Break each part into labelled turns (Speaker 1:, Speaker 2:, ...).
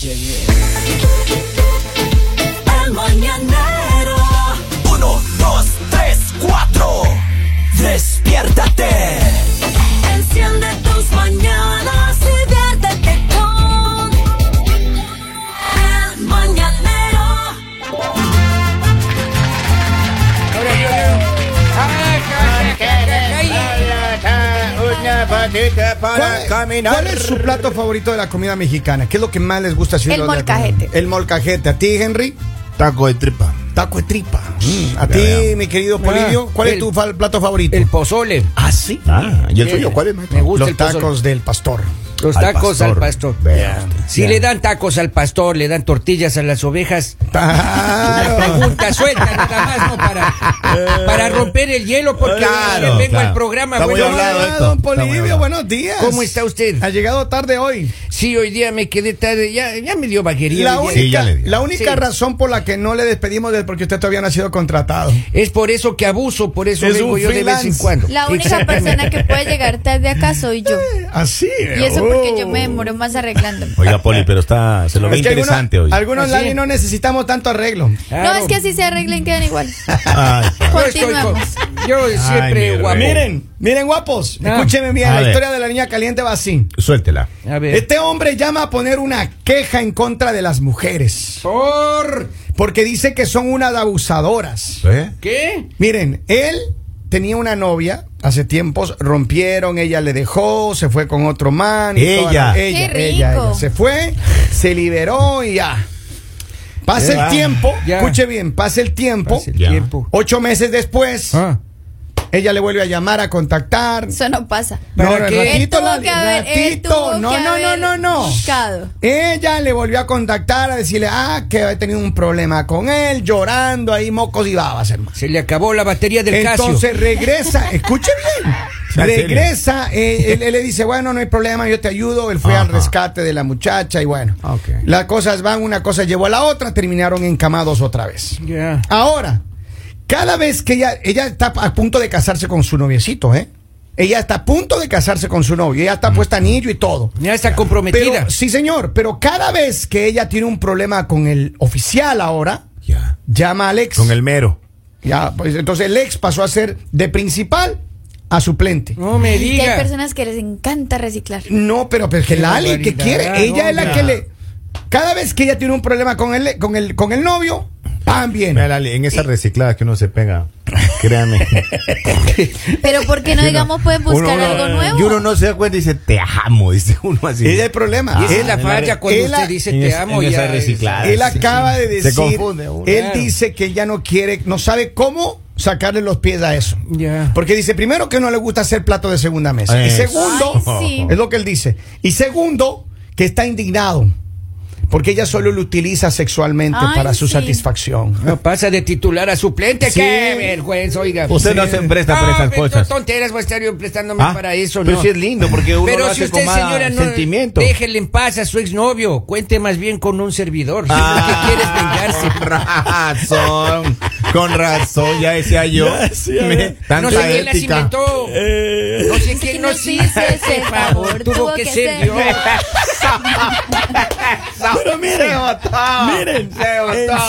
Speaker 1: llegué.
Speaker 2: El mañanero.
Speaker 3: Uno, dos, tres, cuatro. Despiértate.
Speaker 2: Enciende tus mañanas y viértete con El mañanero.
Speaker 4: Una patita para
Speaker 1: ¿Cuál,
Speaker 4: caminar.
Speaker 1: cuál es su plato favorito de la comida mexicana? ¿Qué es lo que más les gusta? Si
Speaker 5: El
Speaker 1: lo- la-
Speaker 5: molcajete.
Speaker 1: El molcajete. ¿A ti, Henry?
Speaker 6: Taco de tripa.
Speaker 1: Taco de tripa. Mm,
Speaker 6: ya
Speaker 1: ¿A ti,
Speaker 6: veo.
Speaker 1: mi querido Polivio? ¿Cuál es
Speaker 7: Ah, el-
Speaker 1: tu fa- plato favorito?
Speaker 7: El pozole.
Speaker 6: Ah, sí. Ah, ¿y el
Speaker 7: Sí.
Speaker 6: suyo cuál es, maestro?
Speaker 7: Me gusta
Speaker 1: Los
Speaker 7: el pozole.
Speaker 1: tacos del pastor.
Speaker 7: Los
Speaker 6: Al
Speaker 7: tacos al
Speaker 6: pastor.
Speaker 7: pastor.
Speaker 6: Vea usted.
Speaker 7: Si le dan tacos al pastor, le dan tortillas a las ovejas. Una
Speaker 6: Ah.
Speaker 1: Claro.
Speaker 7: pregunta suelta nada más, ¿no? Para, para romper el hielo, porque
Speaker 6: Eh. Claro,
Speaker 7: yo vengo
Speaker 6: claro.
Speaker 7: al programa.
Speaker 6: Está
Speaker 7: bueno,
Speaker 6: muy hablado, ¿eh?
Speaker 1: Hola,
Speaker 6: Héctor.
Speaker 1: don
Speaker 6: Está muy
Speaker 1: Polivio,
Speaker 6: hablado.
Speaker 1: buenos días.
Speaker 7: ¿Cómo está usted?
Speaker 1: Ha llegado tarde hoy.
Speaker 7: Sí, hoy día me quedé tarde, ya, ya me dio vaguería.
Speaker 1: La
Speaker 7: hoy
Speaker 1: única,
Speaker 7: día.
Speaker 6: ya le dio.
Speaker 1: la única
Speaker 7: Sí.
Speaker 1: razón por la que no le despedimos es porque usted todavía no ha sido contratado.
Speaker 7: Es por eso que abuso, por eso
Speaker 1: Es
Speaker 7: vengo
Speaker 1: un
Speaker 7: yo de vez
Speaker 1: freelance.
Speaker 7: en cuando.
Speaker 5: La única
Speaker 7: Exactamente.
Speaker 5: persona que puede llegar tarde acá soy yo.
Speaker 1: Así.
Speaker 5: Y eso porque yo me demoro más arreglándome.
Speaker 6: Oiga, Poli, pero está, se lo ve interesante
Speaker 1: algunos,
Speaker 6: hoy.
Speaker 1: Algunos
Speaker 7: Así
Speaker 1: Lali
Speaker 7: es.
Speaker 1: no necesitamos tanto arreglo.
Speaker 7: Claro.
Speaker 5: No, es que así se arreglen, quedan igual.
Speaker 6: Ay,
Speaker 7: Yo estoy con-
Speaker 5: Continuamos.
Speaker 7: Yo
Speaker 6: mi
Speaker 7: siempre
Speaker 6: rey.
Speaker 7: guapo.
Speaker 1: Miren, miren guapos,
Speaker 7: Ah.
Speaker 1: escúchenme bien,
Speaker 6: A
Speaker 1: la
Speaker 6: ver.
Speaker 1: historia de la niña caliente va así.
Speaker 6: suéltela.
Speaker 7: A ver.
Speaker 1: Este hombre llama a poner una queja en contra de las mujeres,
Speaker 7: ¿Por
Speaker 1: porque dice que son unas abusadoras.
Speaker 6: ¿Eh?
Speaker 7: qué?
Speaker 1: Miren, él tenía una novia hace tiempos, rompieron, ella le dejó, se fue con otro man. y toda
Speaker 6: Ella.
Speaker 1: la-
Speaker 6: Qué
Speaker 1: ella,
Speaker 5: rico.
Speaker 1: ella, ella. Se fue, se liberó y ya. Pasa
Speaker 6: Ya.
Speaker 1: el tiempo,
Speaker 7: Ya.
Speaker 1: escuche bien, pasa el tiempo.
Speaker 7: Pasa el
Speaker 6: Ya.
Speaker 7: tiempo.
Speaker 1: Ocho meses después,
Speaker 7: Ah.
Speaker 1: ella le vuelve a llamar, a contactar.
Speaker 5: Eso no pasa.
Speaker 7: ¿Para
Speaker 1: no,
Speaker 7: qué?
Speaker 1: no,
Speaker 5: Él
Speaker 1: ratito,
Speaker 5: tuvo que haber, él
Speaker 1: ratito.
Speaker 5: tuvo
Speaker 1: no,
Speaker 5: que
Speaker 1: no, no,
Speaker 5: haber
Speaker 1: no, no.
Speaker 5: buscado.
Speaker 1: Ella le volvió a contactar a decirle, ah, que había tenido un problema con él, llorando ahí, mocos y babas, hermano.
Speaker 7: Se le acabó la batería del
Speaker 1: Entonces
Speaker 7: Casio.
Speaker 1: regresa, escuche bien.
Speaker 6: Ya, en serio.
Speaker 1: Regresa, eh, él, él le dice, bueno, no hay problema, yo te ayudo. Él fue al
Speaker 6: Ajá.
Speaker 1: rescate de la muchacha y bueno.
Speaker 7: Ok.
Speaker 1: Las cosas van, una cosa llevó a la otra, terminaron encamados otra vez.
Speaker 7: Ya.
Speaker 1: Ahora, cada vez que ella, ella está a punto de casarse con su noviecito, ¿eh? Ella está a punto de casarse con su novio, ella
Speaker 7: Mm.
Speaker 1: está puesta anillo y todo.
Speaker 7: Ya está comprometida.
Speaker 1: Pero, sí, señor, pero cada vez que ella tiene un problema con el oficial ahora,
Speaker 6: Ya.
Speaker 1: llama al ex.
Speaker 6: Con el mero.
Speaker 1: Ya, pues, entonces el ex pasó a ser de principal a suplente.
Speaker 7: No me
Speaker 5: Y que hay
Speaker 7: digas.
Speaker 5: personas que les encanta reciclar.
Speaker 1: No, pero, pero es que
Speaker 7: Qué
Speaker 1: Lali, ¿qué
Speaker 7: barbaridad,
Speaker 1: quiere? Ella es la
Speaker 7: hombre.
Speaker 1: que le. Cada vez que ella tiene un problema con el, con el, con el novio, también.
Speaker 6: Mira, Lali, en esa reciclada que uno se pega, créame.
Speaker 5: Pero porque no digamos pueden buscar
Speaker 6: Uno- eh,
Speaker 5: algo
Speaker 6: Y uno
Speaker 5: nuevo?
Speaker 6: no se da cuenta y dice, te amo, dice uno así.
Speaker 1: Ella es el problema.
Speaker 7: Y esa es la
Speaker 6: en
Speaker 7: falla
Speaker 6: la-
Speaker 7: cuando
Speaker 1: en la-
Speaker 7: usted dice
Speaker 6: en
Speaker 7: te
Speaker 6: esa-
Speaker 7: amo
Speaker 6: en
Speaker 7: y
Speaker 6: esa
Speaker 7: ya es-
Speaker 6: reciclada.
Speaker 1: Él
Speaker 6: sí,
Speaker 1: acaba
Speaker 6: sí.
Speaker 1: de
Speaker 6: Se
Speaker 1: decir.
Speaker 6: confunde uno.
Speaker 1: Él
Speaker 7: Claro.
Speaker 1: dice que ya no quiere, no sabe cómo sacarle los pies a eso.
Speaker 7: Ya.
Speaker 1: Porque dice, primero, que no le gusta hacer plato de segunda mesa. Y
Speaker 6: Eso.
Speaker 1: segundo,
Speaker 5: Ay, sí.
Speaker 1: es lo que él dice. Y segundo, que está indignado. Porque ella solo lo utiliza sexualmente
Speaker 5: Ay,
Speaker 1: para su
Speaker 5: sí.
Speaker 1: satisfacción.
Speaker 7: No pasa de titular a suplente.
Speaker 1: Sí.
Speaker 7: Qué vergüenza, oiga.
Speaker 6: Usted no se empresta por
Speaker 7: Ah,
Speaker 6: esas
Speaker 7: pero
Speaker 6: cosas.
Speaker 7: tonteras voy a estar yo prestándome
Speaker 6: Ah,
Speaker 7: para eso,
Speaker 6: pero
Speaker 7: ¿no?
Speaker 6: sí es lindo, porque uno
Speaker 7: Pero
Speaker 6: lo
Speaker 7: si
Speaker 6: hace
Speaker 7: usted,
Speaker 6: con más
Speaker 7: señora, no,
Speaker 6: sentimiento.
Speaker 7: déjele en paz a su exnovio. Cuente más bien con un servidor.
Speaker 6: Ah,
Speaker 7: ¿Qué quieres vengarse?
Speaker 6: Con razón, con razón, ya decía yo. Me-
Speaker 7: No
Speaker 6: tanta
Speaker 7: sé quién las
Speaker 6: ética.
Speaker 7: inventó. No sé quién nos hizo ese favor. Tuvo que ser yo.
Speaker 1: Pero miren, miren, en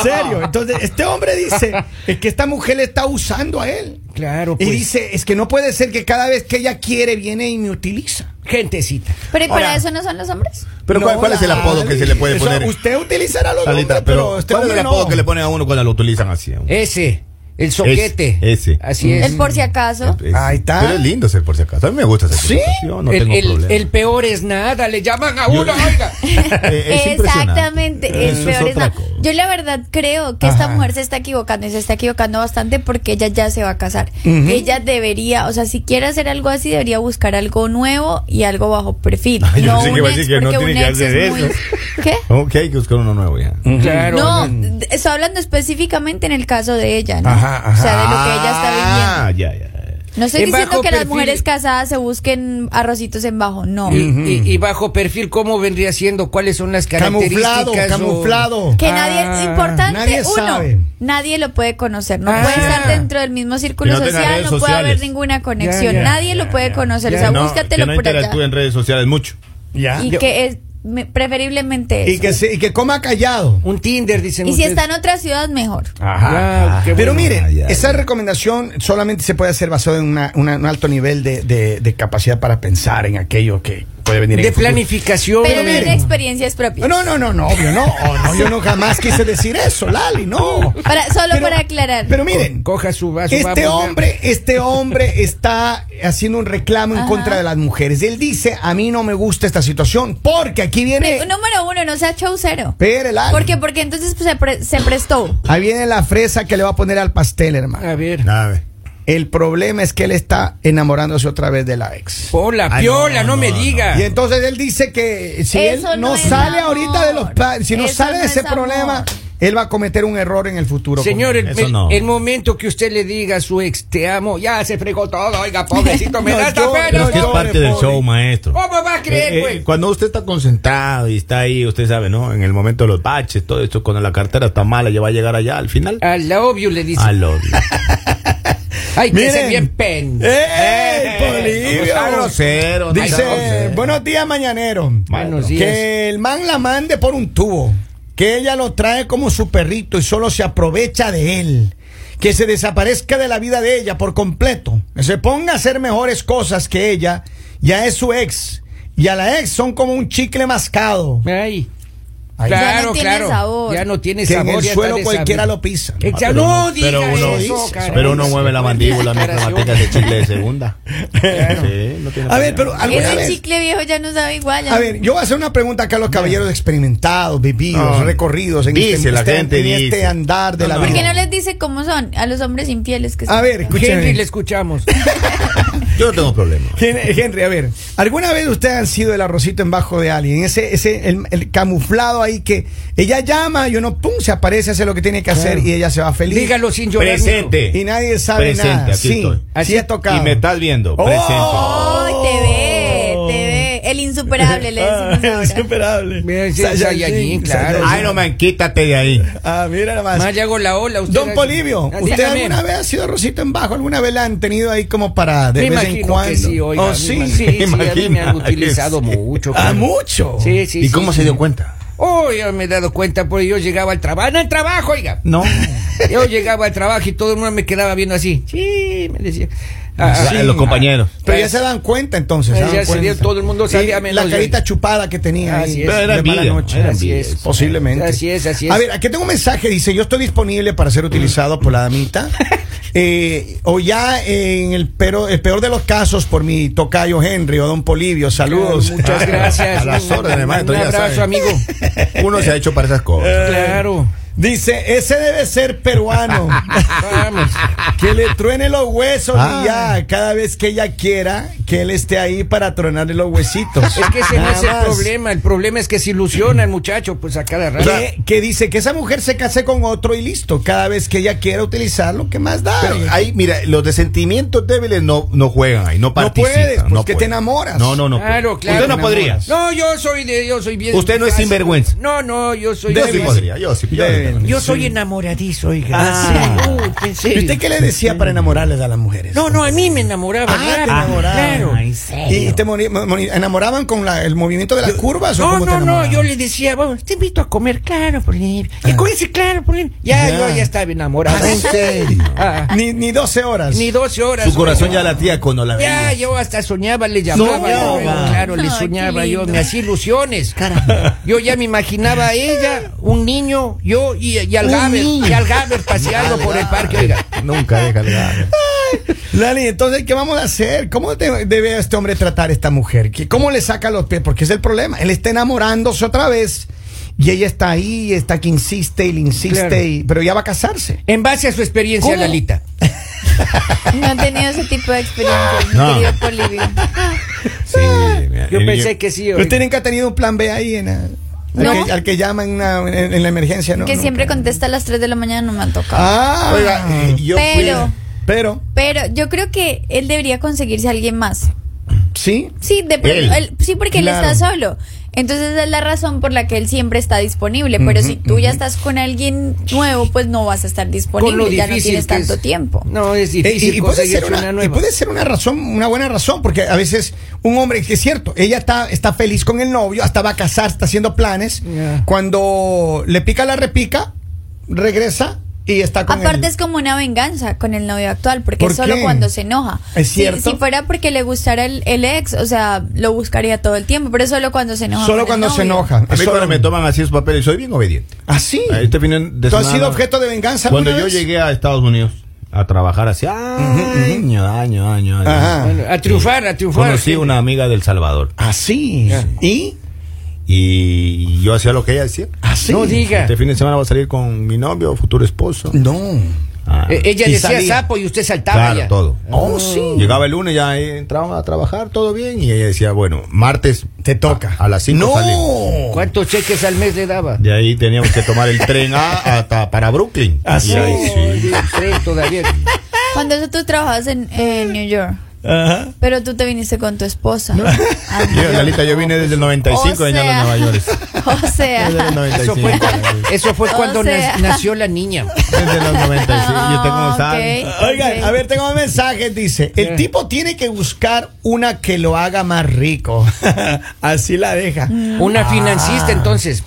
Speaker 1: serio. Entonces, este hombre dice es que esta mujer le está usando a él.
Speaker 7: Claro,
Speaker 1: Y
Speaker 7: pues.
Speaker 1: dice, es que no puede ser que cada vez que ella quiere viene y me utiliza.
Speaker 7: Gentecita.
Speaker 5: Pero ¿y
Speaker 6: Ahora-
Speaker 5: para eso no son los hombres?
Speaker 6: Pero ¿cuál,
Speaker 1: No,
Speaker 6: cuál es el
Speaker 1: la-
Speaker 6: apodo que se le puede
Speaker 1: eso,
Speaker 6: poner?
Speaker 1: Usted utilizará los
Speaker 6: Lalita,
Speaker 1: nombres,
Speaker 6: pero,
Speaker 1: pero este
Speaker 6: ¿cuál es el
Speaker 1: hombre
Speaker 6: apodo
Speaker 1: no.
Speaker 6: que le ponen a uno cuando lo utilizan así?
Speaker 7: Ese. El soquete.
Speaker 6: ese. Mm.
Speaker 7: Así es.
Speaker 5: El por si acaso.
Speaker 6: Es-
Speaker 1: Ahí está.
Speaker 6: Pero es lindo ser por si acaso. A mí me gusta ser por si
Speaker 1: ¿Sí?
Speaker 6: acaso. Yo no
Speaker 7: el,
Speaker 6: tengo
Speaker 7: el-
Speaker 6: problema.
Speaker 7: el peor es nada, le llaman a
Speaker 6: Yo-
Speaker 7: uno, oiga.
Speaker 6: Eh, es impresionante.
Speaker 5: Exactamente, es
Speaker 6: Eso
Speaker 5: peor es
Speaker 6: otra
Speaker 5: nada.
Speaker 6: cosa.
Speaker 5: Yo la verdad creo que esta
Speaker 1: Ajá.
Speaker 5: mujer se está equivocando y se está equivocando bastante porque ella ya se va a casar. Ella debería, o sea, si quiere hacer algo así debería buscar algo nuevo y algo bajo perfil.
Speaker 6: Ay, yo
Speaker 5: no
Speaker 6: pensé que
Speaker 5: un
Speaker 6: iba a
Speaker 5: ex,
Speaker 6: decir que no
Speaker 5: porque
Speaker 6: tiene
Speaker 5: un
Speaker 6: que
Speaker 5: ex es
Speaker 6: hacer
Speaker 5: muy-
Speaker 6: eso.
Speaker 5: ¿Qué?
Speaker 6: Ok, hay que buscar uno nuevo ya.
Speaker 7: Claro.
Speaker 5: No, d- estoy hablando específicamente en el caso de ella, ¿no?
Speaker 1: Ajá, ajá.
Speaker 5: O sea, de lo que ella está viviendo.
Speaker 6: Ah, ya, ya. ya.
Speaker 5: No estoy
Speaker 7: En
Speaker 5: diciendo
Speaker 7: bajo
Speaker 5: que las
Speaker 7: perfil.
Speaker 5: mujeres casadas se busquen arrocitos en bajo, no.
Speaker 7: Y, y- y bajo perfil, ¿cómo vendría siendo? ¿Cuáles son las características?
Speaker 1: Camuflado,
Speaker 7: o-
Speaker 1: camuflado.
Speaker 5: Que
Speaker 7: Ah,
Speaker 5: nadie, importante,
Speaker 1: nadie
Speaker 5: uno,
Speaker 1: sabe.
Speaker 5: nadie lo puede conocer, no
Speaker 7: Ah.
Speaker 5: puede estar dentro del mismo círculo
Speaker 6: Que no tenga
Speaker 5: social,
Speaker 6: redes
Speaker 5: no puede haber
Speaker 6: sociales.
Speaker 5: ninguna conexión,
Speaker 7: Ya, ya,
Speaker 5: nadie lo puede conocer,
Speaker 7: Ya,
Speaker 5: o sea,
Speaker 6: no, que
Speaker 5: búscatelo
Speaker 6: no
Speaker 5: por allá.
Speaker 6: interactúe en redes sociales mucho.
Speaker 1: Ya.
Speaker 5: Y
Speaker 7: Yo-
Speaker 5: que es- me- preferiblemente
Speaker 1: Y
Speaker 5: eso.
Speaker 1: que, se- y que coma callado.
Speaker 7: Un Tinder, dicen
Speaker 5: Y si
Speaker 7: ustedes.
Speaker 5: está en otra ciudad, mejor.
Speaker 7: Ah, qué
Speaker 1: Pero
Speaker 7: bueno.
Speaker 1: miren,
Speaker 6: ay, ay,
Speaker 1: esa
Speaker 6: ay.
Speaker 1: recomendación solamente se puede hacer basado en una- una- un alto nivel de, de- de capacidad para pensar en aquello que puede venir en
Speaker 7: De
Speaker 1: el futuro.
Speaker 7: planificación.
Speaker 5: Pero no
Speaker 1: miren.
Speaker 5: en experiencias propias.
Speaker 1: No, no, no, no, obvio, no, Oh, no, Yo no jamás quise decir eso, Lali, no.
Speaker 5: Para- solo
Speaker 1: Pero-
Speaker 5: para aclarar.
Speaker 1: Pero miren,
Speaker 7: Coja su vaso.
Speaker 1: este
Speaker 7: vamos,
Speaker 1: hombre, este hombre está haciendo un reclamo en contra de las mujeres. Él dice, a mí no me gusta esta situación, porque aquí viene...
Speaker 5: Pre- número uno, no sea chaucero.
Speaker 1: Espere, Lali.
Speaker 5: Porque, porque entonces pues, se, pre- se prestó.
Speaker 1: Ahí viene la fresa que le va a poner al pastel,
Speaker 7: ya.
Speaker 1: hermano.
Speaker 7: A ver.
Speaker 6: Nada.
Speaker 7: Ah.
Speaker 1: El problema es que él está enamorándose otra vez de la ex.
Speaker 7: Hola,
Speaker 6: Ay,
Speaker 7: piola, no,
Speaker 6: Ah, no, no,
Speaker 7: me
Speaker 6: no.
Speaker 7: diga.
Speaker 1: Y entonces él dice que si
Speaker 5: Eso
Speaker 1: él no,
Speaker 5: no es
Speaker 1: sale
Speaker 5: amor.
Speaker 1: ahorita de los planes, si no
Speaker 5: Eso
Speaker 1: sale
Speaker 5: no
Speaker 1: de ese
Speaker 5: es
Speaker 1: problema,
Speaker 5: amor.
Speaker 1: él va a cometer un error en el futuro.
Speaker 7: Señor, el,
Speaker 6: Eso
Speaker 7: el-
Speaker 6: no.
Speaker 7: el momento que usted le diga a su ex, te amo, ya se fregó todo, oiga, pobrecito, me
Speaker 1: No,
Speaker 7: da
Speaker 1: yo-
Speaker 7: esta pena.
Speaker 6: Pero es que es
Speaker 7: ¿no?
Speaker 1: pobre,
Speaker 6: parte del
Speaker 1: pobre.
Speaker 6: show, maestro.
Speaker 7: ¿Cómo va a creer, pues?
Speaker 6: Eh, eh,
Speaker 7: güey?
Speaker 6: cuando usted está concentrado y está ahí, usted sabe, ¿no? En el momento de los baches, todo esto, cuando la cartera está mala, ya va a llegar allá al final.
Speaker 7: A la obvio le dice.
Speaker 6: Al odio.
Speaker 7: Ay, que se
Speaker 1: Miren. Eh.
Speaker 7: bien pen.
Speaker 1: ¡Ey,
Speaker 6: No
Speaker 1: Polibio!
Speaker 6: sea grosero, no sea
Speaker 1: Dice,
Speaker 6: grosero.
Speaker 1: buenos días, mañanero.
Speaker 7: Buenos días.
Speaker 1: Que el man la mande por un tubo. Que ella lo trae como su perrito y solo se aprovecha de él. Que se desaparezca de la vida de ella por completo. Que se ponga a hacer mejores cosas que ella. Ya es su ex. Y a la ex son como un chicle mascado.
Speaker 7: Ay,
Speaker 1: Ahí
Speaker 5: Ya
Speaker 7: claro,
Speaker 5: no tiene
Speaker 7: claro.
Speaker 5: sabor.
Speaker 7: Ya no tiene
Speaker 1: Que en
Speaker 7: sabor.
Speaker 1: el
Speaker 7: ya está
Speaker 1: suelo
Speaker 7: desabrido.
Speaker 1: cualquiera lo pisa.
Speaker 7: Ex-
Speaker 6: Ah, pero
Speaker 7: no diga
Speaker 6: pero uno,
Speaker 7: eso,
Speaker 1: caray.
Speaker 6: pero uno mueve la mandíbula mientras
Speaker 7: Declaración.
Speaker 6: mantenga ese chile de segunda. Sí, no tiene
Speaker 1: A ver,
Speaker 6: problema.
Speaker 1: pero alguna
Speaker 5: Ese
Speaker 1: vez...
Speaker 5: chicle viejo ya no sabe igual. ya
Speaker 1: A
Speaker 5: no-
Speaker 1: ver, yo voy a hacer una pregunta acá a los caballeros experimentados, vividos,
Speaker 6: No.
Speaker 1: recorridos en,
Speaker 6: Dice
Speaker 1: este,
Speaker 6: la
Speaker 1: este-
Speaker 6: gente,
Speaker 1: en este
Speaker 6: dice.
Speaker 1: andar de la
Speaker 6: No,
Speaker 5: ¿Por qué
Speaker 1: vida.
Speaker 5: no les dice cómo son a los hombres infieles que
Speaker 1: A
Speaker 5: son?
Speaker 1: ver,
Speaker 7: Henry, le
Speaker 1: escúchame.
Speaker 7: escuchamos.
Speaker 6: Yo no tengo problema.
Speaker 1: Hen- Henry, a ver, ¿alguna vez ustedes han sido el arrocito en bajo de alguien? Ese, ese, el, el camuflado ahí que ella llama y uno, pum, se aparece, hace lo que tiene que hacer y ella se va feliz.
Speaker 7: Dígalo sin llorar.
Speaker 6: Presente.
Speaker 1: Y nadie sabe
Speaker 6: Presente,
Speaker 1: nada.
Speaker 6: aquí
Speaker 1: sí,
Speaker 6: estoy.
Speaker 1: sí
Speaker 7: Así-
Speaker 1: he tocado.
Speaker 6: Y me estás viendo.
Speaker 1: ¡Oh!
Speaker 6: Presente.
Speaker 5: ¡Ay, te ve! ¡Te ve! El insuperable, le decimos ahora.
Speaker 1: Insuperable.
Speaker 7: Mira, sí,
Speaker 1: Saiyajin,
Speaker 7: Saiyajin, claro.
Speaker 1: Saiyajin.
Speaker 6: Ay, no man, quítate de ahí.
Speaker 1: Ah, mira nada
Speaker 7: Nico.
Speaker 1: más.
Speaker 7: Más le hago la ola. Usted
Speaker 1: Don
Speaker 7: hace-
Speaker 1: Polivio,
Speaker 7: Ah,
Speaker 1: ¿usted
Speaker 7: dígame.
Speaker 1: alguna vez ha sido rosito en bajo? ¿Alguna vez la han tenido ahí como para de
Speaker 7: Me
Speaker 1: vez en
Speaker 7: imagino
Speaker 1: cuando?
Speaker 7: que sí, oiga.
Speaker 1: Oh,
Speaker 7: me
Speaker 1: sí.
Speaker 7: imagino- sí, sí, a mí me
Speaker 6: Imagina
Speaker 7: han
Speaker 6: que
Speaker 7: utilizado
Speaker 6: sí.
Speaker 7: mucho.
Speaker 1: Ah,
Speaker 7: claro.
Speaker 1: mucho.
Speaker 7: Sí, sí,
Speaker 6: ¿Y
Speaker 7: sí,
Speaker 6: cómo
Speaker 7: sí.
Speaker 6: se dio cuenta?
Speaker 7: Oh, yo me he dado cuenta porque yo llegaba al trabajo. No, al trabajo, oiga.
Speaker 6: No.
Speaker 7: Yo llegaba al trabajo y todo el mundo me quedaba viendo así. Sí, me decía. Ah,
Speaker 6: Ah,
Speaker 7: sí.
Speaker 6: Los compañeros.
Speaker 1: Pero ya se dan cuenta entonces.
Speaker 7: pues, Ya
Speaker 1: dan
Speaker 7: se
Speaker 1: cuenta.
Speaker 7: dio, todo el mundo sabía
Speaker 1: Y
Speaker 7: menos
Speaker 1: La
Speaker 7: yo.
Speaker 1: carita chupada que tenía ahí.
Speaker 7: Así es.
Speaker 6: Pero era
Speaker 7: de mala
Speaker 6: envidia,
Speaker 7: noche,
Speaker 6: era
Speaker 7: así
Speaker 6: envidia
Speaker 7: es.
Speaker 6: eso.
Speaker 1: Posiblemente.
Speaker 7: Así es, así es.
Speaker 1: A ver, aquí tengo un mensaje. Dice: Yo estoy disponible para ser utilizado por la damita. Eh, o ya en el, pero, el peor de los casos por mi tocayo Henry o Don Polivio. Saludos.
Speaker 7: Claro, Muchas gracias.
Speaker 6: A las
Speaker 7: Un-
Speaker 6: órdenes,
Speaker 7: un-
Speaker 6: maestro,
Speaker 7: Un
Speaker 6: ya
Speaker 7: abrazo,
Speaker 6: sabe.
Speaker 7: amigo.
Speaker 6: Uno se ha hecho para esas cosas.
Speaker 7: Claro.
Speaker 1: Dice, ese debe ser peruano.
Speaker 7: Vamos.
Speaker 1: Que le truene los huesos
Speaker 6: Ah.
Speaker 1: y ya, cada vez que ella quiera, que él esté ahí para tronarle los huesitos.
Speaker 7: Es que ese no
Speaker 1: Nada
Speaker 7: es el
Speaker 1: más.
Speaker 7: problema. El problema es que se ilusiona el muchacho, pues a cada rato.
Speaker 1: Que, que dice que esa mujer se case con otro y listo. Cada vez que ella quiera utilizarlo, ¿qué más
Speaker 7: Ah,
Speaker 1: da?
Speaker 6: Pero ahí, mira, los de sentimientos débiles no, no juegan ahí, no participan.
Speaker 1: puedes, pues,
Speaker 6: no
Speaker 1: que te enamoras.
Speaker 6: No, no, no.
Speaker 7: Claro,
Speaker 6: puedes.
Speaker 7: claro.
Speaker 6: Usted no
Speaker 7: mi
Speaker 6: podría.
Speaker 7: amor. No, yo soy de, yo soy bien.
Speaker 6: Usted no es
Speaker 7: fácil.
Speaker 6: sinvergüenza.
Speaker 7: No, no, yo soy.
Speaker 6: Yo
Speaker 7: bien
Speaker 6: sí
Speaker 7: fácil.
Speaker 6: podría, yo sí. Yo,
Speaker 1: Débil.
Speaker 7: Yo soy enamoradizo, oiga.
Speaker 1: Ah.
Speaker 7: Sí, uh, en
Speaker 1: ¿Y
Speaker 7: serio.
Speaker 1: usted qué le decía para enamorarles a las mujeres?
Speaker 7: No, no, a mí me enamoraba.
Speaker 1: Ah,
Speaker 7: claro,
Speaker 1: te enamoraba.
Speaker 7: Claro.
Speaker 1: ¿Y te mori- mo- mori- enamoraban con la- el movimiento de las curvas? o
Speaker 7: No,
Speaker 1: cómo te
Speaker 7: no, no,
Speaker 1: enamoraban?
Speaker 7: yo le decía, vamos, te invito a comer, claro, por ejemplo. Y con ese, claro, por ejemplo. Ya,
Speaker 1: Ah. Ya.
Speaker 7: yo ya estaba enamorado.
Speaker 1: Ah, ¿en serio?
Speaker 7: Ah,
Speaker 1: Ni, ni 12 horas.
Speaker 7: ni 12 horas.
Speaker 6: Su corazón ya latía cuando la
Speaker 7: Ya,
Speaker 6: veía.
Speaker 7: yo hasta soñaba, le llamaba.
Speaker 1: No,
Speaker 7: yo,
Speaker 1: ma.
Speaker 7: claro,
Speaker 5: Ay,
Speaker 7: le
Speaker 5: qué
Speaker 7: soñaba yo,
Speaker 5: lindo.
Speaker 7: me hacía ilusiones. Yo ya me imaginaba a ella, un niño, yo y, y al
Speaker 6: Un
Speaker 7: Gaber,
Speaker 6: niño.
Speaker 7: y al Gaber paseando por el parque, oiga.
Speaker 6: Nunca deja de dar.
Speaker 1: Lali, entonces, ¿qué vamos a hacer? ¿Cómo de- debe este hombre tratar a esta mujer? ¿Qué- ¿Cómo le saca los pies? Porque es el problema. Él está enamorándose otra vez y ella está ahí, está que insiste y le insiste,
Speaker 7: Claro.
Speaker 1: y- pero ya va a casarse.
Speaker 7: En base a su experiencia,
Speaker 1: ¿Cómo?
Speaker 7: Lalita.
Speaker 5: No han tenido ese tipo de experiencia, mi
Speaker 6: No.
Speaker 5: querido Polivio.
Speaker 6: Sí, mira,
Speaker 7: Ah, Yo
Speaker 6: y
Speaker 7: pensé que sí,
Speaker 1: Pero
Speaker 7: oiga.
Speaker 1: tienen que haber tenido un plan B ahí en la-
Speaker 5: No.
Speaker 1: al, que, al que llama en, una- en- en la emergencia, ¿no?
Speaker 5: que
Speaker 1: no.
Speaker 5: siempre contesta a las 3 de la mañana, no me ha tocado.
Speaker 1: Ah,
Speaker 6: Oiga, eh, yo fui-
Speaker 5: Pero-
Speaker 1: pero,
Speaker 5: Pero yo creo que él debería conseguirse a alguien más.
Speaker 1: sí.
Speaker 5: Sí, de pronto-
Speaker 6: Él.
Speaker 5: él- sí porque
Speaker 1: Claro.
Speaker 5: él está solo. Entonces esa es la razón por la que él siempre está disponible. Pero si tú ya estás con alguien nuevo, pues no vas a estar disponible, ya no tienes
Speaker 7: que
Speaker 5: tanto
Speaker 7: es.
Speaker 5: tiempo.
Speaker 7: No, es
Speaker 1: Eh,
Speaker 7: difícil
Speaker 1: y, y puede
Speaker 7: conseguir
Speaker 1: ser
Speaker 7: una,
Speaker 1: una, y
Speaker 7: nueva.
Speaker 1: puede ser una razón, una buena razón, porque a veces un hombre, que es cierto, ella está, está feliz con el novio, hasta va a casar, está haciendo planes.
Speaker 7: Ya.
Speaker 1: Cuando le pica la repica, regresa y está con
Speaker 5: Aparte
Speaker 1: él.
Speaker 5: es como una venganza con el novio actual, porque
Speaker 1: ¿Por
Speaker 5: es solo
Speaker 1: qué?
Speaker 5: cuando se enoja.
Speaker 1: ¿Es
Speaker 5: Si-
Speaker 1: cierto?
Speaker 5: Si, fuera porque le gustara el, el ex, o sea, lo buscaría todo el tiempo, pero es solo cuando se enoja.
Speaker 1: Solo
Speaker 5: con el
Speaker 1: cuando se
Speaker 5: novio.
Speaker 1: enoja.
Speaker 6: A mí
Speaker 1: Solo-
Speaker 6: cuando me toman así esos papeles, soy bien obediente.
Speaker 1: Así.
Speaker 6: A Este fin de
Speaker 1: ¿Tú has
Speaker 6: semana-
Speaker 1: sido objeto de venganza
Speaker 6: Cuando
Speaker 1: alguna
Speaker 6: yo
Speaker 1: vez?
Speaker 6: llegué a Estados Unidos a trabajar hacia año, año, año, año.
Speaker 1: Ajá.
Speaker 7: Bueno, a triunfar, a triunfar.
Speaker 6: Conocí
Speaker 7: sí.
Speaker 6: una amiga del Salvador
Speaker 1: Así. Ah, Y
Speaker 6: y yo hacía lo que ella decía.
Speaker 1: así.
Speaker 7: No diga.
Speaker 6: Este fin de semana voy a salir con mi novio, futuro esposo.
Speaker 1: No.
Speaker 6: Ah.
Speaker 7: Eh, ella
Speaker 1: Y
Speaker 7: decía
Speaker 1: salía.
Speaker 7: sapo y usted saltaba
Speaker 6: Claro,
Speaker 7: ya.
Speaker 6: todo.
Speaker 1: Oh, sí.
Speaker 6: Llegaba el lunes, ya entraba a trabajar, todo bien. Y ella decía, bueno, martes
Speaker 1: Te toca.
Speaker 6: A, a las 5
Speaker 1: No.
Speaker 7: ¿Cuántos cheques al mes le daba?
Speaker 6: De ahí teníamos que tomar el tren a- hasta para Brooklyn.
Speaker 1: Así.
Speaker 6: Y ahí, sí.
Speaker 7: Oye, tres todavía.
Speaker 5: Cuando eso tú trabajabas en, en New York,
Speaker 1: Ajá.
Speaker 5: pero tú te viniste con tu esposa. Ah,
Speaker 6: Yo, Lalita, yo vine desde el 95
Speaker 5: O
Speaker 6: de
Speaker 5: sea,
Speaker 6: Nueva York.
Speaker 5: O
Speaker 6: Desde el
Speaker 5: sea,
Speaker 6: 95.
Speaker 7: Eso fue
Speaker 5: O
Speaker 7: cuando
Speaker 5: sea.
Speaker 7: na- nació la niña.
Speaker 6: Desde los 95. Yo tengo
Speaker 5: Ah,
Speaker 6: esa-
Speaker 5: ok.
Speaker 1: Oigan,
Speaker 5: Ok.
Speaker 1: a ver, tengo un mensaje, dice, el
Speaker 7: ¿Qué?
Speaker 1: tipo tiene que buscar una que lo haga más rico. Así la deja.
Speaker 5: Mm.
Speaker 1: Ah.
Speaker 7: Una financista, entonces.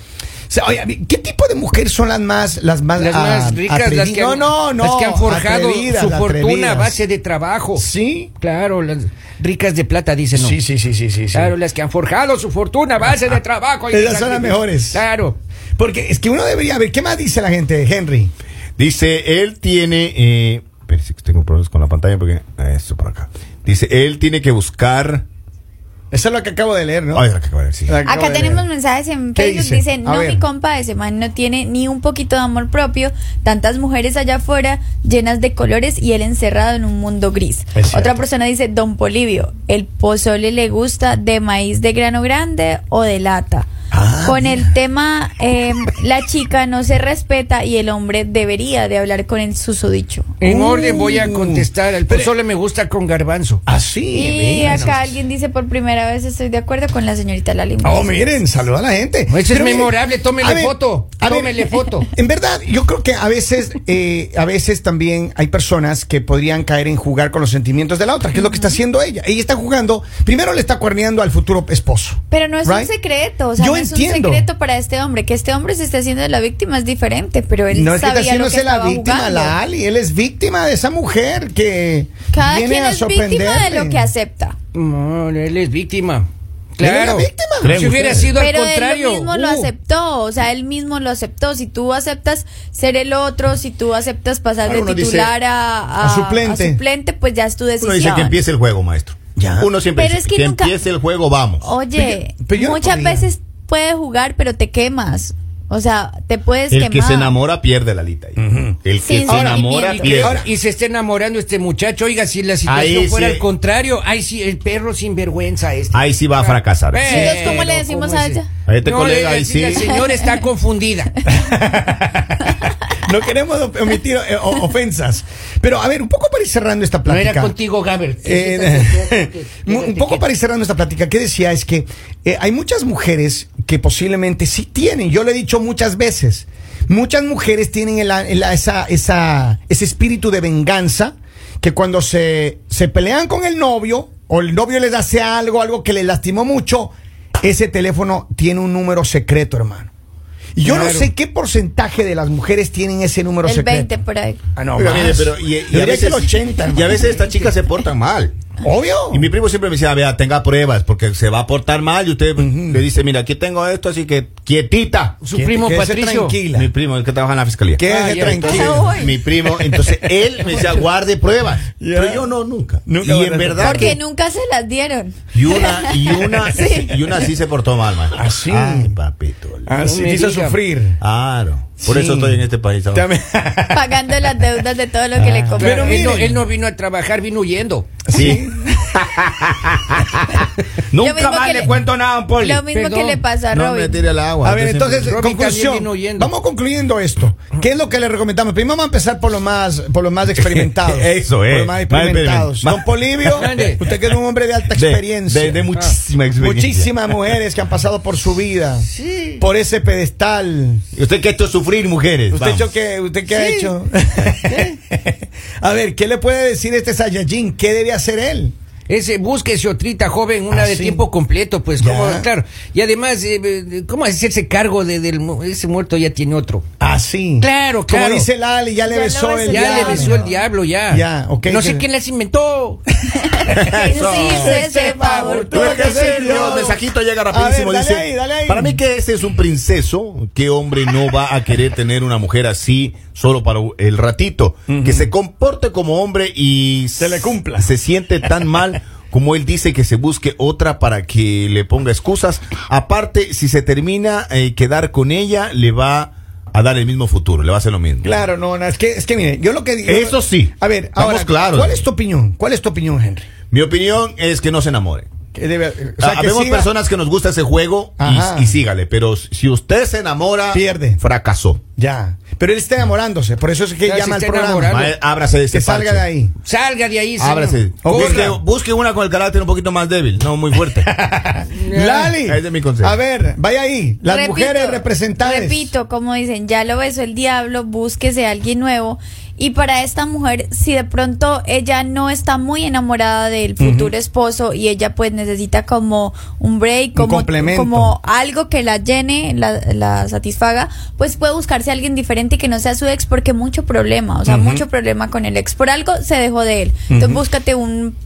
Speaker 1: O sea, oye, ¿qué tipo de mujeres son las más las más,
Speaker 7: Las más
Speaker 1: ah,
Speaker 7: ricas, las
Speaker 1: atrevi-
Speaker 7: que,
Speaker 1: no,
Speaker 7: han,
Speaker 1: no, no,
Speaker 7: las que han forjado
Speaker 1: atrevidas,
Speaker 7: su fortuna a
Speaker 1: atrevidas.
Speaker 7: base de trabajo.
Speaker 1: Sí.
Speaker 7: Claro, las ricas de plata, dicen. ¿no?
Speaker 1: Sí, sí, sí, sí, sí, sí.
Speaker 7: Claro, las que han forjado su fortuna a base de trabajo. y de
Speaker 1: Esas son las
Speaker 7: sacrificio.
Speaker 1: mejores.
Speaker 7: Claro.
Speaker 1: Porque es que uno debería a ver qué más dice la gente, Henry.
Speaker 6: Dice, él tiene. Eh, espérese que tengo problemas con la pantalla porque. eh, Esto por acá. Dice, él tiene que buscar.
Speaker 1: Eso es lo que acabo de leer, ¿no?
Speaker 6: Ay, la que acabo de decir.
Speaker 1: La que acabo
Speaker 5: Acá
Speaker 1: de
Speaker 5: tenemos
Speaker 1: leer.
Speaker 5: mensajes en
Speaker 1: ¿Qué
Speaker 5: Facebook.
Speaker 1: dice?
Speaker 5: Dice,
Speaker 1: A
Speaker 5: no,
Speaker 1: ver.
Speaker 5: mi compa, ese man no tiene ni un poquito de amor propio. Tantas mujeres allá afuera llenas de colores y él encerrado en un mundo gris.
Speaker 1: Es cierto.
Speaker 5: Otra persona dice, don Polivio, el pozole le gusta de maíz de grano grande o de lata.
Speaker 1: Ah,
Speaker 5: con
Speaker 1: mira.
Speaker 5: el tema, eh, la chica no se respeta y el hombre debería de hablar con el susodicho.
Speaker 7: En
Speaker 1: Uh.
Speaker 7: orden voy a contestar. El
Speaker 1: Pero-
Speaker 7: pozole me gusta con garbanzo.
Speaker 1: Ah, Así.
Speaker 5: Y
Speaker 1: miren.
Speaker 5: acá alguien dice, por primera vez estoy de acuerdo con la señorita Lali.
Speaker 1: Oh, miren, saluda a la gente.
Speaker 7: Eso es
Speaker 1: Pero miren,
Speaker 7: memorable, tómele
Speaker 1: a ver,
Speaker 7: foto,
Speaker 1: a ver,
Speaker 7: tómele foto.
Speaker 1: En verdad, yo creo que a veces, eh, a veces también hay personas que podrían caer en jugar con los sentimientos de la otra, que es lo que está haciendo ella. Ella está jugando, primero le está cuerneando al futuro esposo.
Speaker 5: Pero no es
Speaker 1: Right?
Speaker 5: un secreto, o sea,
Speaker 1: Yo
Speaker 5: no es
Speaker 1: entiendo.
Speaker 5: un secreto para este hombre. Que este hombre se esté haciendo la víctima es diferente, pero él
Speaker 1: No es que está
Speaker 5: sabía lo que
Speaker 1: haciéndose la
Speaker 5: estaba
Speaker 1: víctima,
Speaker 5: jugando.
Speaker 1: la Ali. Él es víctima de esa mujer que
Speaker 5: Cada
Speaker 1: viene
Speaker 5: quien
Speaker 1: a
Speaker 5: es víctima de lo
Speaker 1: sorprenderle.
Speaker 5: que acepta.
Speaker 7: No, él es víctima.
Speaker 1: Él era
Speaker 7: Claro.
Speaker 1: víctima.
Speaker 7: Si
Speaker 1: Creen
Speaker 7: hubiera
Speaker 1: ustedes.
Speaker 7: sido al
Speaker 5: Pero
Speaker 7: contrario.
Speaker 5: él mismo lo
Speaker 7: uh,
Speaker 5: aceptó, o sea, él mismo lo aceptó. Si tú aceptas ser el otro, si tú aceptas pasar
Speaker 6: Ahora uno
Speaker 5: de
Speaker 6: dice,
Speaker 5: titular a,
Speaker 1: a suplente.
Speaker 5: suplente, pues ya es tu decisión.
Speaker 6: Uno dice que empiece el juego, maestro.
Speaker 1: Ya.
Speaker 6: Uno siempre
Speaker 5: Pero
Speaker 6: dice
Speaker 5: es que
Speaker 6: que
Speaker 5: nunca-
Speaker 6: empiece el juego, vamos.
Speaker 5: Oye,
Speaker 1: Pero yo- pero yo no
Speaker 5: muchas
Speaker 1: podía.
Speaker 5: veces puedes jugar, pero te quemas. O sea, te puedes
Speaker 6: el
Speaker 5: quemar.
Speaker 6: que se enamora pierde la lita. El que
Speaker 5: Sin
Speaker 6: se enamora
Speaker 5: sentimiento.
Speaker 6: pierde.
Speaker 7: Ahora, y se está enamorando este muchacho. Oiga, si la situación
Speaker 6: Ahí
Speaker 7: fuera
Speaker 6: sí.
Speaker 7: al contrario, ay, sí, el perro sinvergüenza este.
Speaker 6: ahí sí va a fracasar.
Speaker 7: Pero,
Speaker 5: Entonces, ¿cómo le decimos
Speaker 7: ¿cómo
Speaker 5: a
Speaker 7: dice?
Speaker 5: ella?
Speaker 6: A este colega,
Speaker 7: le-
Speaker 6: ahí
Speaker 7: si La
Speaker 6: sí.
Speaker 7: señora está confundida.
Speaker 1: No queremos op- omitir eh, o- ofensas. Pero a ver, un poco para ir cerrando esta
Speaker 7: No
Speaker 1: plática.
Speaker 7: era contigo, Gaber.
Speaker 1: Eh, un poco para ir cerrando esta plática, que decía es que eh, hay muchas mujeres que posiblemente sí tienen, yo lo he dicho muchas veces, muchas mujeres tienen el- el- esa, esa, ese espíritu de venganza que cuando se, se pelean con el novio o el novio les hace algo, algo que les lastimó mucho, ese teléfono tiene un número secreto, hermano. Y yo no
Speaker 7: Claro.
Speaker 1: sé qué porcentaje de las mujeres tienen ese número
Speaker 5: el
Speaker 1: secreto.
Speaker 5: 20 por ahí.
Speaker 1: Ah, no,
Speaker 6: Oiga, mire,
Speaker 1: más.
Speaker 6: pero y, y
Speaker 1: Yo diría
Speaker 6: a
Speaker 1: que
Speaker 6: veces,
Speaker 1: el 80,
Speaker 6: y a
Speaker 1: hermano.
Speaker 6: veces estas chicas se portan mal.
Speaker 1: Obvio.
Speaker 6: Y mi primo siempre me decía, vea, tenga pruebas, porque se va a portar mal. Y usted le dice, mira, aquí tengo esto, así que quietita.
Speaker 7: Su
Speaker 1: Que-
Speaker 7: primo
Speaker 1: que se
Speaker 7: Patricio.
Speaker 1: tranquila.
Speaker 6: Mi primo, el que trabaja en la fiscalía.
Speaker 1: Quédese
Speaker 7: Ah, ya,
Speaker 1: tranquilo.
Speaker 5: entonces- Uy.
Speaker 6: Mi primo, entonces él me decía, guarde pruebas. Pero yo no, nunca.
Speaker 1: Nunca
Speaker 6: y
Speaker 1: guardaste.
Speaker 6: en verdad.
Speaker 5: Porque
Speaker 6: que-
Speaker 5: nunca se las dieron.
Speaker 6: Y una, y una,
Speaker 5: Sí.
Speaker 6: y una sí se portó mal, man.
Speaker 1: Así.
Speaker 6: Ay, papito.
Speaker 1: Así
Speaker 7: No me
Speaker 1: hizo
Speaker 7: diga.
Speaker 1: sufrir.
Speaker 6: Claro. Por
Speaker 1: Ah. Sí.
Speaker 6: eso estoy en este país ahora.
Speaker 1: También-
Speaker 5: pagando las deudas de todo lo que le
Speaker 7: Pero
Speaker 6: Ah.
Speaker 5: compraron.
Speaker 7: él, no,
Speaker 1: miren.
Speaker 7: él no vino a trabajar, vino huyendo.
Speaker 6: Sí. Nunca
Speaker 5: mismo
Speaker 6: más
Speaker 5: que
Speaker 6: le
Speaker 5: le-
Speaker 6: cuento nada a un poli.
Speaker 5: Lo mismo
Speaker 7: Perdón.
Speaker 5: que le pasa a
Speaker 6: No
Speaker 5: Robin.
Speaker 6: me tire el agua.
Speaker 1: A ver,
Speaker 6: Yo
Speaker 1: entonces,
Speaker 6: siempre-
Speaker 7: Robin también viene
Speaker 1: conclusión.
Speaker 7: huyendo.
Speaker 1: Vamos concluyendo esto. ¿Qué es lo que le recomendamos? Primero vamos a empezar por lo más, por los más experimentados.
Speaker 6: Eso
Speaker 1: Por
Speaker 6: es,
Speaker 1: los más
Speaker 6: más
Speaker 1: experimentados.
Speaker 6: experiment-
Speaker 1: Don Polivio,
Speaker 7: Grande.
Speaker 1: usted que es un hombre de
Speaker 6: De-
Speaker 1: alta experiencia. Ah.
Speaker 6: De, de muchísima experiencia.
Speaker 1: Muchísimas mujeres que han pasado por su vida.
Speaker 7: Sí.
Speaker 1: Por ese pedestal.
Speaker 6: ¿Y usted qué ha hecho sufrir, mujeres?
Speaker 1: ¿Usted,
Speaker 6: Vamos.
Speaker 1: hecho qué, ¿Usted qué ha
Speaker 7: Sí.
Speaker 1: hecho? a ver, ¿qué le puede decir este Saiyajin? ¿Qué debe hacer él?
Speaker 7: Ese, búsquese otrita joven, una
Speaker 1: Ah,
Speaker 7: de
Speaker 1: sí.
Speaker 7: tiempo completo, pues, como,
Speaker 1: Ya.
Speaker 7: claro. Y además, eh, eh, ¿cómo hacerse cargo de, del mu- ese muerto ya tiene otro?
Speaker 1: Así.
Speaker 7: Claro, Oh, claro.
Speaker 1: Como dice Lali, ya le
Speaker 5: Ya lo
Speaker 1: besó
Speaker 5: besé.
Speaker 1: el
Speaker 7: Ya le
Speaker 1: diablo.
Speaker 7: besó el diablo, ya.
Speaker 1: Ya, ok.
Speaker 7: No sé
Speaker 1: Que-
Speaker 7: quién las inventó. Este
Speaker 5: Sí, ese favor.
Speaker 6: Tuve que hacerlo.
Speaker 1: hacerlo.
Speaker 6: Mensajito llega
Speaker 1: A
Speaker 6: rapidísimo.
Speaker 1: ver, dale
Speaker 6: dice,
Speaker 1: ahí, dale ahí.
Speaker 6: Para mí que ese es un princeso. ¿Qué hombre no va a querer tener una mujer así solo para el ratito? Que se comporte como hombre y
Speaker 1: Se le cumpla.
Speaker 6: Se siente tan mal. Como él dice que se busque otra para que le ponga excusas. Aparte, si se termina eh, quedar con ella, le va a dar el mismo futuro, le va a hacer lo mismo.
Speaker 1: Claro, no, no, es que, es que mire, yo lo que digo.
Speaker 6: Eso sí.
Speaker 1: A ver,
Speaker 6: Estamos
Speaker 1: ahora,
Speaker 6: claros.
Speaker 1: ¿cuál es tu opinión? ¿Cuál es tu opinión, Henry?
Speaker 6: Mi opinión es que no se enamore.
Speaker 1: Que debe- o sea,
Speaker 6: Ah,
Speaker 1: que
Speaker 6: Habemos
Speaker 1: siga-
Speaker 6: personas que nos gusta ese juego
Speaker 1: Ajá.
Speaker 6: y, y sígale, pero si usted se enamora,
Speaker 1: Pierde.
Speaker 6: Fracasó.
Speaker 1: Ya. Pero él está enamorándose, por eso es que
Speaker 7: Ya se
Speaker 1: llama al
Speaker 7: está
Speaker 1: programa.
Speaker 7: enamorando.
Speaker 6: Ma- Ábrase de ese
Speaker 1: Que salga
Speaker 6: parche.
Speaker 1: de ahí.
Speaker 7: Salga de ahí, señor.
Speaker 6: Ábrase.
Speaker 1: Ok.
Speaker 6: Busque, busque una con el carácter un poquito más débil, no muy fuerte.
Speaker 1: Lali.
Speaker 6: Ese es mi consejo.
Speaker 1: A ver, vaya ahí. Las
Speaker 5: Repito,
Speaker 1: mujeres representadas.
Speaker 5: Repito, como dicen, ya lo besó el diablo, búsquese a alguien nuevo. Y para esta mujer, si de pronto ella no está muy enamorada del futuro esposo y ella pues necesita como un break, como,
Speaker 1: complemento.
Speaker 5: como algo que la llene, la, la satisfaga, pues puede buscarse a alguien diferente que no sea su ex porque mucho problema, o sea, mucho problema con el ex. Por algo se dejó de él. Entonces búscate un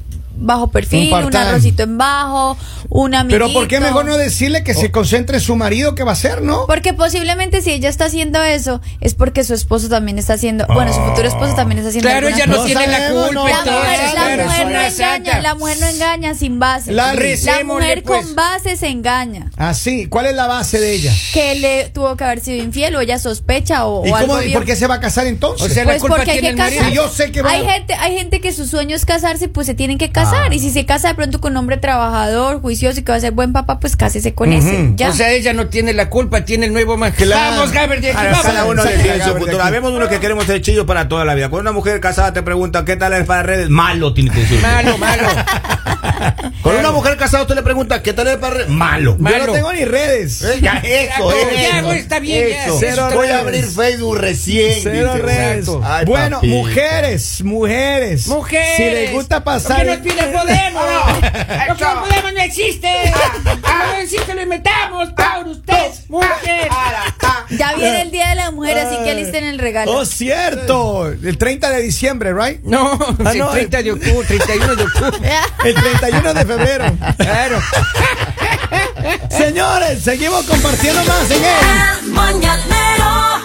Speaker 5: bajo perfil, un,
Speaker 1: part-time.
Speaker 5: arrocito en bajo, un amiguito.
Speaker 1: Pero ¿por qué mejor no decirle que
Speaker 6: Oh.
Speaker 1: se concentre en su marido que va a ser, no?
Speaker 5: Porque posiblemente si ella está haciendo eso, es porque su esposo también está haciendo. Bueno, su futuro esposo también está haciendo.
Speaker 7: Claro, ella
Speaker 5: algunas
Speaker 7: no,
Speaker 1: No
Speaker 5: cosas.
Speaker 7: tiene la
Speaker 1: sabemos,
Speaker 7: culpa.
Speaker 1: no,
Speaker 5: La mujer,
Speaker 7: entonces,
Speaker 5: la
Speaker 7: claro,
Speaker 5: mujer
Speaker 7: es
Speaker 5: no
Speaker 7: una
Speaker 5: engaña,
Speaker 7: santa.
Speaker 5: la mujer no engaña sin base.
Speaker 1: La-
Speaker 5: La,
Speaker 7: Recémosle,
Speaker 5: mujer
Speaker 7: pues.
Speaker 5: con base se engaña.
Speaker 1: Así. Ah, ¿Cuál es la base de ella?
Speaker 5: Que le tuvo que haber sido infiel o ella sospecha o, o
Speaker 1: ¿Y,
Speaker 5: algo
Speaker 1: cómo, y
Speaker 5: vio.
Speaker 1: por qué se va a casar entonces?
Speaker 7: O sea, la
Speaker 5: Pues
Speaker 7: culpa
Speaker 5: porque hay
Speaker 7: tiene
Speaker 5: que
Speaker 7: el marido.
Speaker 5: casarse.
Speaker 1: Si yo sé que va-
Speaker 5: hay gente, hay gente que su sueño es casarse, pues se tienen que casar. Y si se casa de pronto con un hombre trabajador, juicioso y que va a ser buen papá, pues cásese con ese. Ya.
Speaker 7: O sea, ella no tiene la culpa, tiene el nuevo man.
Speaker 1: Claro.
Speaker 7: Vamos, Gaber, de aquí,
Speaker 1: Ahora,
Speaker 7: vamos.
Speaker 1: cada uno
Speaker 7: Saca.
Speaker 1: decide su futuro.
Speaker 6: Habemos uno que queremos ser chillos para toda la vida. Cuando una mujer casada te pregunta qué tal es para redes, malo tiene que decir.
Speaker 7: Malo, malo.
Speaker 6: Con una mujer casada usted le pregunta qué tal es para redes, malo.
Speaker 1: Yo no
Speaker 7: Malo.
Speaker 1: tengo ni redes.
Speaker 6: Eh, Ya, eso,
Speaker 7: Ya,
Speaker 6: eso.
Speaker 7: ya, güey, está bien, ya.
Speaker 6: Eso.
Speaker 7: Cero
Speaker 6: Voy a
Speaker 7: redes.
Speaker 6: abrir Facebook recién.
Speaker 1: Cero
Speaker 6: dice.
Speaker 1: redes.
Speaker 6: Exacto. Ay,
Speaker 1: bueno,
Speaker 6: papito.
Speaker 1: mujeres, mujeres.
Speaker 7: Mujeres.
Speaker 1: Si les gusta pasar.
Speaker 7: Lo que no tiene podemos. Lo que Ah, no Ah, podemos no existe. No existe, lo inventamos. Tauro, usted, mujer.
Speaker 5: ya
Speaker 7: eh,
Speaker 5: viene el día de la mujer, así que alisten el regalo.
Speaker 1: Oh, cierto. El 30 de diciembre, ¿right?
Speaker 7: No,
Speaker 1: Ah,
Speaker 7: sí,
Speaker 1: no,
Speaker 7: 30 de octubre, 31 de octubre.
Speaker 1: El 31 de febrero.
Speaker 7: Claro.
Speaker 1: Señores, seguimos compartiendo más en él.
Speaker 2: El mañanero